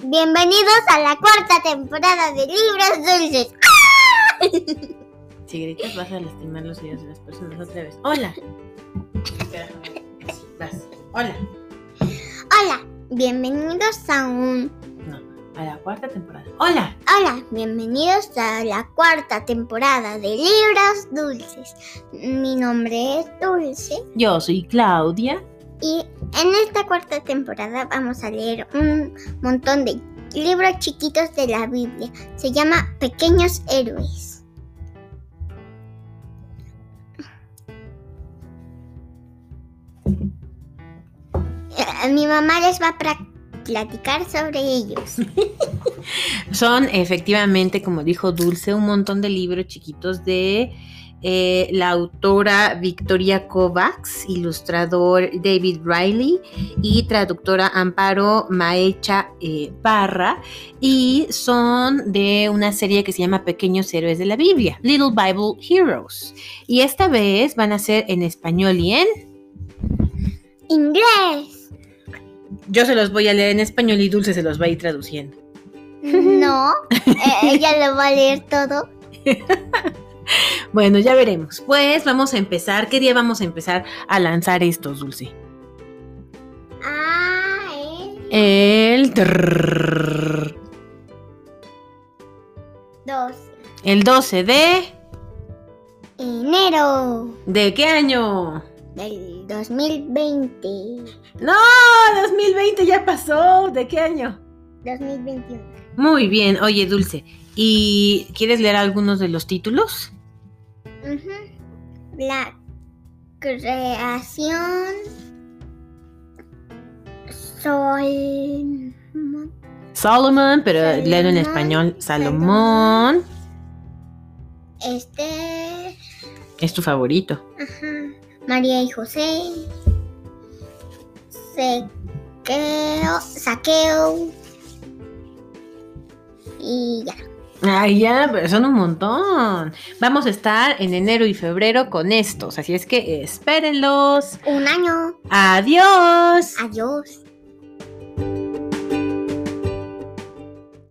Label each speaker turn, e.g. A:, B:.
A: Bienvenidos a la cuarta temporada de Libros Dulces.
B: Si gritas vas a lastimar los oídos de las personas otra vez. ¡Hola! Espera, así, vas. ¡Hola!
A: Hola, bienvenidos a un...
B: No, a la cuarta temporada. ¡Hola!
A: Hola, bienvenidos a la cuarta temporada de Libros Dulces. Mi nombre es Dulce
B: Yo soy Claudia.
A: y en esta cuarta temporada vamos a leer un montón de libros chiquitos de la Biblia. Se llama Pequeños Héroes. Eh, Mi mamá les va a pra- platicar sobre ellos.
B: Son efectivamente, como dijo Dulce, un montón de libros chiquitos de eh, la autora Victoria Kovacs, ilustrador David Riley y traductora Amparo Maecha eh, Barra. Y son de una serie que se llama Pequeños Héroes de la Biblia, Little Bible Heroes. Y esta vez van a ser en español y en...
A: Inglés.
B: Yo se los voy a leer en español y Dulce se los va a ir traduciendo.
A: No, eh, ella lo va a leer todo.
B: Bueno, ya veremos. Pues vamos a empezar. ¿Qué día vamos a empezar a lanzar estos, Dulce?
A: Ah, el
B: El...
A: dos.
B: El 12 de...
A: Enero
B: ¿De qué año?
A: del 2020.
B: No, 2020 ya pasó. ¿De qué año?
A: 2021.
B: Muy bien. Oye, Dulce, ¿y quieres leer algunos de los títulos?
A: Ujú. La creación sol
B: Solomon, pero léelo
A: Salomón,
B: en español. Salomón.
A: este
B: Es tu favorito.
A: ajá, María y José sequeo saqueo y ya
B: Ay, ya, pero son un montón. Vamos a estar en enero y febrero con estos. Así es que espérenlos.
A: un año
B: Adiós.
A: adiós